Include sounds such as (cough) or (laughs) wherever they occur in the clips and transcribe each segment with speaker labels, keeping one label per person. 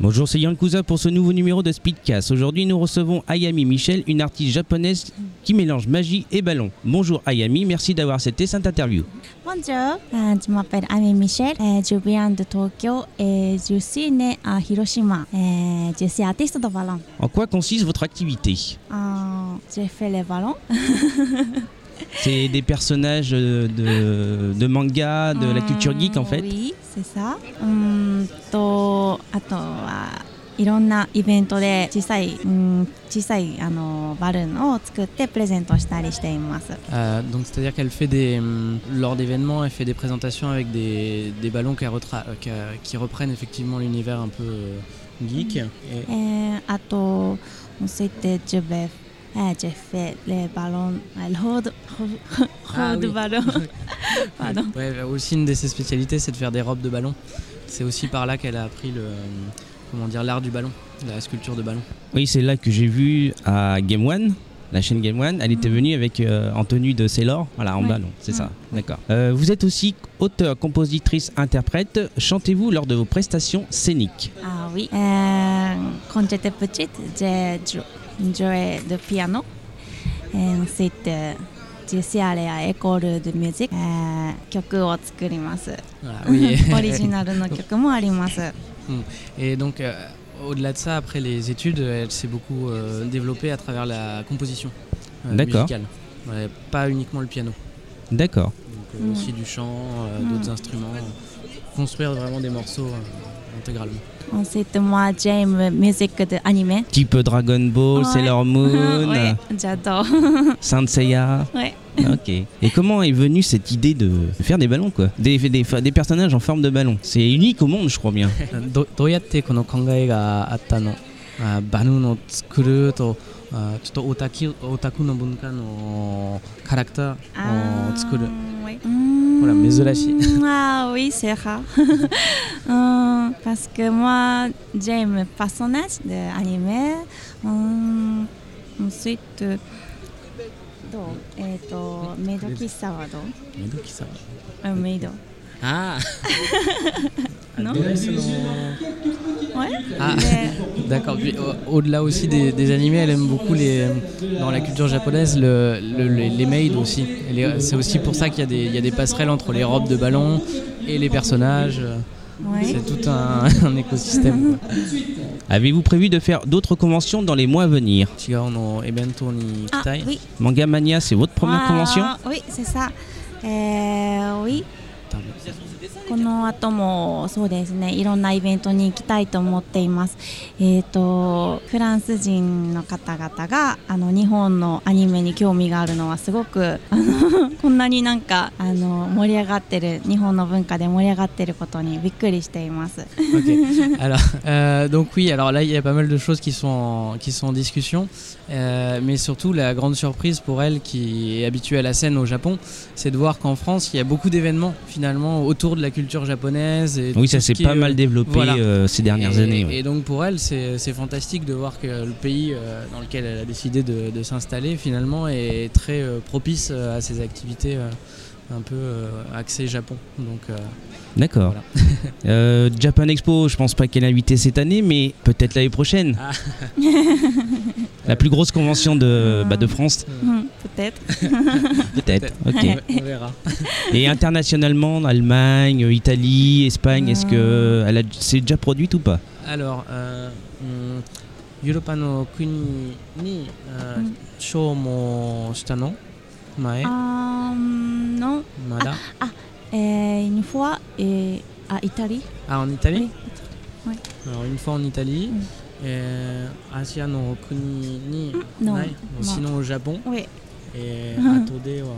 Speaker 1: Bonjour, c'est Yankuza pour ce nouveau numéro de Speedcast. Aujourd'hui, nous recevons Ayami Michel, une artiste japonaise qui mélange magie et ballon. Bonjour Ayami, merci d'avoir accepté cette interview.
Speaker 2: Bonjour, euh, je m'appelle Ami Michel, euh, je viens de Tokyo et je suis née à Hiroshima. Euh, je suis artiste de ballon.
Speaker 1: En quoi consiste votre activité
Speaker 2: Euh, J'ai fait les ballons.
Speaker 1: C'est des personnages euh, de, de manga, de la culture geek en fait
Speaker 2: Mm, Oui, c'est ça.うーんとあとはいろんなイベントで小さい、うん、小さいあのバルーンを作ってプレゼントしたりしています。
Speaker 3: Euh, donc c'est-à-dire qu'elle fait des hum, lors d'événements, elle fait des présentations avec des, des ballons qu'elle retra- euh, qu'a- qui reprennent effectivement l'univers un peu euh, geek. Et-
Speaker 2: えーあと、そしてジュベフ、えージェフェレバロン、えーロード、ホホホードバロン、バロン。
Speaker 3: Ouais, bah, aussi une de ses spécialités, c'est de faire des robes de ballon. C'est aussi par là qu'elle a appris le euh, comment dire l'art du ballon, la sculpture de ballon.
Speaker 1: Oui, c'est là que j'ai vu à Game One, la chaîne Game One. Elle était venue avec euh, en tenue de Sailor, voilà, en
Speaker 2: Ouais. Mm.
Speaker 1: ballon, c'est
Speaker 2: Ouais.
Speaker 1: ça. D'accord. Euh, vous êtes aussi auteur, compositrice, interprète. Chantez-vous lors de vos prestations scéniques.
Speaker 2: Ah oui. Euh, quand j'étais petite, j'ai jou- joué le piano. Et ensuite, euh, je suis allée à l'école de musique. Euh, 曲を作ります。
Speaker 3: Voilà,
Speaker 2: Mhm. (laughs)
Speaker 3: oui.
Speaker 2: オリジナルの曲もあります。
Speaker 3: Et donc euh, au-delà de ça, après les études, elle s'est beaucoup euh, développée à travers la composition euh,
Speaker 1: D'accord.
Speaker 3: musicale. Ouais, pas uniquement le piano.
Speaker 1: D'accord.
Speaker 3: Donc, euh,
Speaker 2: Mm.
Speaker 3: aussi du chant, euh,
Speaker 2: Mm.
Speaker 3: d'autres instruments. euh, construire vraiment des morceaux euh, (laughs) intégralement.
Speaker 2: Ensuite, moi, j'aime musique de anime.
Speaker 1: Type Dragon Ball,
Speaker 2: Ouais.
Speaker 3: (laughs)
Speaker 1: Sailor
Speaker 2: (laughs)
Speaker 1: Moon,
Speaker 2: oui, j'adore.
Speaker 1: Saint Seiya.
Speaker 2: Ouais.
Speaker 1: Ok. Et comment est venue cette idée de faire des ballons, quoi des, des, des personnages en forme de ballon. C'est unique au monde, je crois
Speaker 3: (laughs)
Speaker 1: bien.
Speaker 3: どどうやってこの考えがあったのあバルーンを作るとあちょっとオタキオタクの文化のキャラクターを作る
Speaker 2: oui. Mmh.
Speaker 3: Voilà, mais Zolachi.
Speaker 2: Ah oui, c'est rare. Hum, parce que moi, j'aime le personnage de anime. Hum, ensuite, euh, donc, et donc, Meido Kisawa, donc,
Speaker 3: メドキさん
Speaker 2: euh, Meido.
Speaker 3: ああ
Speaker 2: (laughs) Non
Speaker 3: ドレスの
Speaker 2: Ouais.
Speaker 3: Ah.
Speaker 2: Mais-
Speaker 3: (laughs) D'accord. Puis, au- Au-delà aussi des, des animés, elle aime beaucoup les, dans la culture japonaise le- le- les, les maids aussi. Elle est- C'est aussi pour ça qu'il y, a des- il y a des passerelles entre les robes de ballon et les personnages.
Speaker 2: ouais.
Speaker 3: C'est tout un, (laughs) un écosystème. quoi.
Speaker 1: Avez-vous prévu de faire d'autres conventions dans les mois à venir
Speaker 3: Chigao no Ebento ni
Speaker 2: Ah,
Speaker 3: Kitai.
Speaker 2: oui.
Speaker 1: Manga Mania, c'est votre première
Speaker 2: Ah,
Speaker 1: convention
Speaker 2: Oui, c'est ça. Euh, oui. この後もそうですねいろんなイベントに行きたいと思っています。えっ、とフランス人の方々があの日本のアニメに興味があるのはすごく (laughs) あのこんなになんかあの盛り上がってる日本の文化で盛り上がってることにびっくりしています。
Speaker 3: Ok. (laughs) Alors, euh, donc oui, alors là, il y a pas mal de choses qui sont en, qui sont en discussion, Euh, mais surtout la grande surprise pour elle, qui est habituée à la scène au Japon, c'est de voir qu'en France, il y a beaucoup d'événements finalement autour de la culture japonaise. Et
Speaker 1: Oui,
Speaker 3: tout
Speaker 1: ça
Speaker 3: ce
Speaker 1: s'est
Speaker 3: qui
Speaker 1: pas
Speaker 3: est,
Speaker 1: mal
Speaker 3: euh,
Speaker 1: développé
Speaker 3: voilà.
Speaker 1: euh, ces dernières
Speaker 3: et,
Speaker 1: années. ouais.
Speaker 3: Et donc pour elle, c'est c'est fantastique de voir que le pays euh, dans lequel elle a décidé de, de s'installer finalement est très euh, propice euh, à ses activités euh, un peu euh, axées Japon. Donc euh,
Speaker 1: D'accord.
Speaker 3: voilà.
Speaker 1: (laughs) Euh, Japan Expo, je pense pas qu'elle est invitée cette année, mais peut-être l'année prochaine.
Speaker 3: Ah.
Speaker 1: La plus grosse convention de, bah, de
Speaker 3: (laughs)
Speaker 1: France,
Speaker 2: うん、peut-être.
Speaker 1: peut-être. Ok.
Speaker 3: on- on verra.
Speaker 1: Et internationalement, en Allemagne, Italie, Espagne, est-ce que elle a- c'est déjà produite ou pas
Speaker 3: alors, euh, mm, ヨーロッパの国にあ
Speaker 2: うん
Speaker 3: 賞もしたの前
Speaker 2: Mm. Ah, non.
Speaker 3: まだ
Speaker 2: Eh, une fois eh, à Italie.
Speaker 3: あ、en Ah, Italie
Speaker 2: Oui. Mm.
Speaker 3: Alors, une fois en Italie.
Speaker 2: うん
Speaker 3: Euh, Asia no kuni ni
Speaker 2: Ah, Non.
Speaker 3: nai. Bon,
Speaker 2: Non.
Speaker 3: sinon au Japon.
Speaker 2: Oui.
Speaker 3: Et
Speaker 2: Mhm.
Speaker 3: attendez, ouais,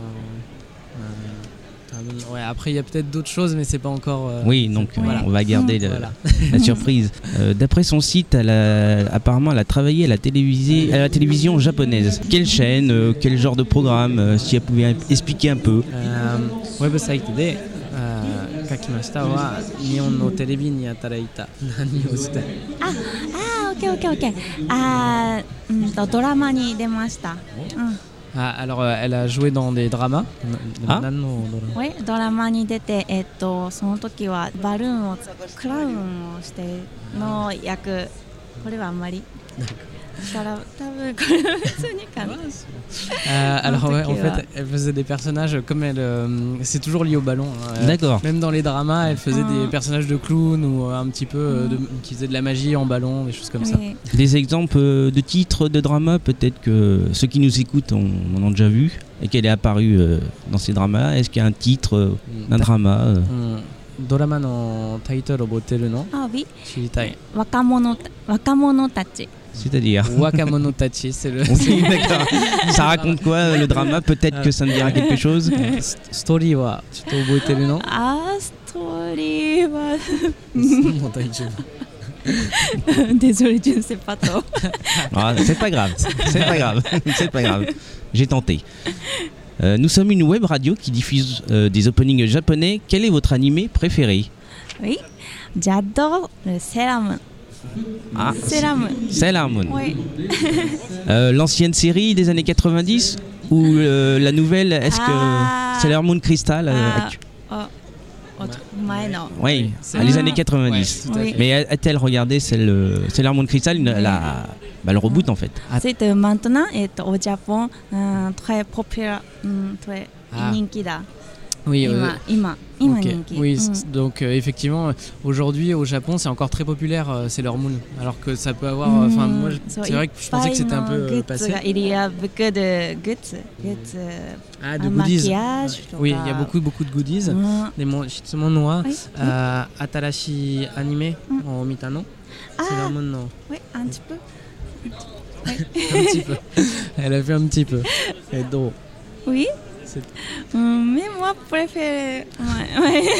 Speaker 3: euh, tabun- ouais, après il y a peut-être d'autres choses, mais c'est pas encore. euh,
Speaker 1: Oui, donc
Speaker 2: Oui.
Speaker 1: euh, on va garder le-
Speaker 3: Ah, Voilà.
Speaker 1: la surprise. Euh, D'après son site, elle a- apparemment, elle a travaillé à la, télévisée, à la télévision japonaise. Quelle chaîne euh, Quel genre de programme euh, Si elle pouvait expliquer un peu.
Speaker 3: Euh, website de euh, kakimashita wa Nihon no terebi ni ataraita. (laughs) Nani o shita?
Speaker 2: あー、オッケーオッケーオッケー。あー、うんとドラマに出ました。うん、
Speaker 3: Ah, alors, euh, elle a joué dans des dramas.
Speaker 1: Ah.
Speaker 3: 何のドラマ
Speaker 2: はい、ドラマに出て、えっと、その時はバルーンをクラウンをしての役これはあんまりだから多分これは別にかな
Speaker 1: Ah.
Speaker 3: Euh,
Speaker 2: N'importe
Speaker 3: alors ouais, en
Speaker 2: quel, ouais.
Speaker 3: fait, elle faisait des personnages comme elle. euh, c'est toujours lié au ballon. hein, euh,
Speaker 1: D'accord.
Speaker 3: Même dans les dramas, elle faisait des
Speaker 2: Mm.
Speaker 3: personnages de clowns ou euh, un petit peu euh, de-
Speaker 2: Mm.
Speaker 3: qui faisaient de la magie en ballon, des choses comme ça.
Speaker 2: え
Speaker 1: Des exemples euh, de titres de dramas, peut-être que ceux qui nous écoutent on, on en a déjà vu et qu'elle est apparue euh, dans ces dramas. Est-ce qu'il y a un titre euh, d'un drama euh,
Speaker 3: Mm. ドラマのタイトル覚えてるの
Speaker 2: ーアビ
Speaker 3: 知りたい。
Speaker 2: 若者た若者たち
Speaker 1: C'est-à-dire
Speaker 3: Wakamono Tachi, c'est le.
Speaker 1: Oui, d'accord. Ça raconte quoi euh, le drama Peut-être que ça me dira quelque
Speaker 3: (laughs)
Speaker 1: chose.
Speaker 3: Story wa. Tu t'as oublié
Speaker 2: (laughs)
Speaker 3: le nom
Speaker 2: あーストーリーは
Speaker 3: Non, t'as dit.
Speaker 2: désolé je ne sais pas trop
Speaker 1: Ah, c'est pas grave, c'est pas grave, (laughs) c'est pas grave. J'ai tenté. Euh, nous sommes une web radio qui diffuse euh, des openings japonais. Quel est votre animé préféré
Speaker 2: oui j'adore le sérum
Speaker 1: Ah,
Speaker 2: sérum
Speaker 1: Sailor Moon.
Speaker 2: oui
Speaker 1: Euh, L'ancienne série des années 90 ou euh, la nouvelle Est-ce
Speaker 2: Ah.
Speaker 1: que Sailor Moon Crystal euh,
Speaker 2: Ah.
Speaker 1: actu-
Speaker 2: Ah, ah,前の
Speaker 1: Oui,
Speaker 3: C'est-
Speaker 1: ah, les
Speaker 2: Ah.
Speaker 1: années 90.
Speaker 3: Ouais, tout à
Speaker 2: Oui.
Speaker 3: fait.
Speaker 1: Mais a- a-t-elle regardé celle, euh, Sailor Moon Crystal, une- la, bah, le reboot en fait
Speaker 3: Ah.
Speaker 2: C'est euh, maintenant et au Japon euh, très populaire, euh, très
Speaker 3: Ah.
Speaker 2: 人気だ。
Speaker 3: Oui, euh,
Speaker 2: 今、今、今
Speaker 3: Ok.
Speaker 2: 人気。
Speaker 3: Oui,
Speaker 2: うん
Speaker 3: c- donc euh, effectivement, euh, aujourd'hui au Japon, c'est encore très populaire, euh, Sailor Moon. Alors que ça peut avoir. euh, Enfin, moi, je-
Speaker 2: うんそう
Speaker 3: c'est vrai que je pensais que c'était un peu
Speaker 2: いっぱい
Speaker 3: euh,
Speaker 2: のグッズ
Speaker 3: passé.
Speaker 2: がいや、ブクでグッズ、グッズ、
Speaker 3: Ah,
Speaker 2: あ
Speaker 3: de
Speaker 2: マ
Speaker 3: goodies.
Speaker 2: キアージュとか。
Speaker 3: Oui, il y a beaucoup, beaucoup de goodies.
Speaker 2: うんは
Speaker 3: Des mots, justement, noix.
Speaker 2: い
Speaker 3: Euh, Atarashi anime, en mitano. Sailor
Speaker 2: あ
Speaker 3: Moon, non.
Speaker 2: ー、はい、アンチプ。
Speaker 3: Un petit (laughs) peu. Elle a vu un petit peu. Et donc,
Speaker 2: Oui.
Speaker 3: C'est-
Speaker 2: Hum, mais moi, je préfère. Ouais,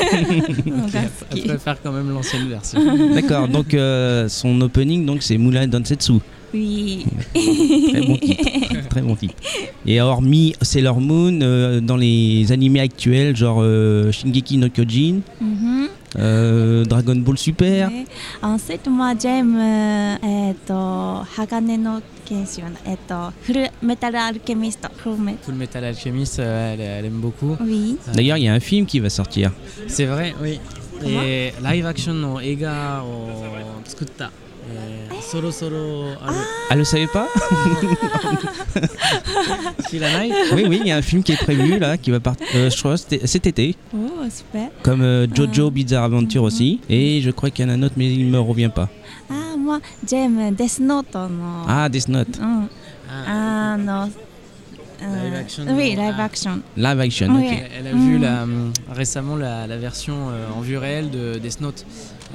Speaker 2: (laughs) ouais. Donc,
Speaker 3: elle,
Speaker 2: Atsuki.
Speaker 3: elle
Speaker 2: (laughs)
Speaker 3: préfère quand même l'ancienne version. (laughs)
Speaker 1: D'accord, donc euh, son opening donc c'est Moulin Dansetsu.
Speaker 2: oui.
Speaker 1: Très bon titre. Très bon titre. Et hormis Sailor Moon, euh, dans les animés actuels, genre euh, Shingeki no Kyojin,
Speaker 2: うん。
Speaker 1: euh, Dragon Ball Super,
Speaker 2: Ouais. Ensuite, moi, j'aime euh, euh, to- Hagane no Kenshin, euh, to Full Metal Alchemist. Full Metal.
Speaker 3: Full Metal Alchemist, euh, elle, elle aime beaucoup.
Speaker 2: Oui.
Speaker 1: d'ailleurs il y a un film qui va sortir.
Speaker 3: C'est vrai, oui.
Speaker 2: Comment
Speaker 3: Et live action no ega o tsukutta. Eh, Soro soro aru.
Speaker 1: Ah, le savez pas
Speaker 3: Shiranai
Speaker 1: (laughs) Oui, oui, il y a un film qui est prévu là, qui va partir, je crois, c'était- cet été,
Speaker 2: Oh, super.
Speaker 1: comme euh, Jojo Bizarre Adventure aussi. Et je crois qu'il y en a un autre, mais il me revient pas.
Speaker 2: Ah, moi, j'aime Death Note. No...
Speaker 1: Ah, Death Note,
Speaker 2: Mm.
Speaker 3: Ah,
Speaker 2: Ah, no... euh,
Speaker 3: Live action,
Speaker 2: Oui,
Speaker 3: non.
Speaker 2: live
Speaker 3: Ah.
Speaker 2: action.
Speaker 1: live action.
Speaker 2: Oui.
Speaker 1: ok.
Speaker 3: Elle elle a vu
Speaker 2: Mm.
Speaker 3: la, hum, récemment la, la version euh, en vue réelle de Death Note,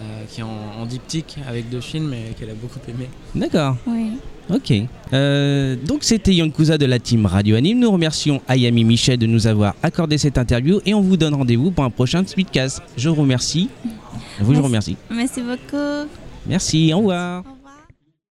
Speaker 3: euh, qui est en, en diptyque avec deux films et qu'elle a beaucoup aimé.
Speaker 1: D'accord.
Speaker 2: Oui.
Speaker 1: Ok. Euh, donc c'était Yankuza de la team Radio Anime. Nous remercions Ayami Michet de nous avoir accordé cette interview et on vous donne rendez-vous pour un prochain Speedcast. Je vous remercie. Vous, je vous remercie.
Speaker 2: Merci beaucoup.
Speaker 1: Merci. Au revoir.
Speaker 2: Au revoir.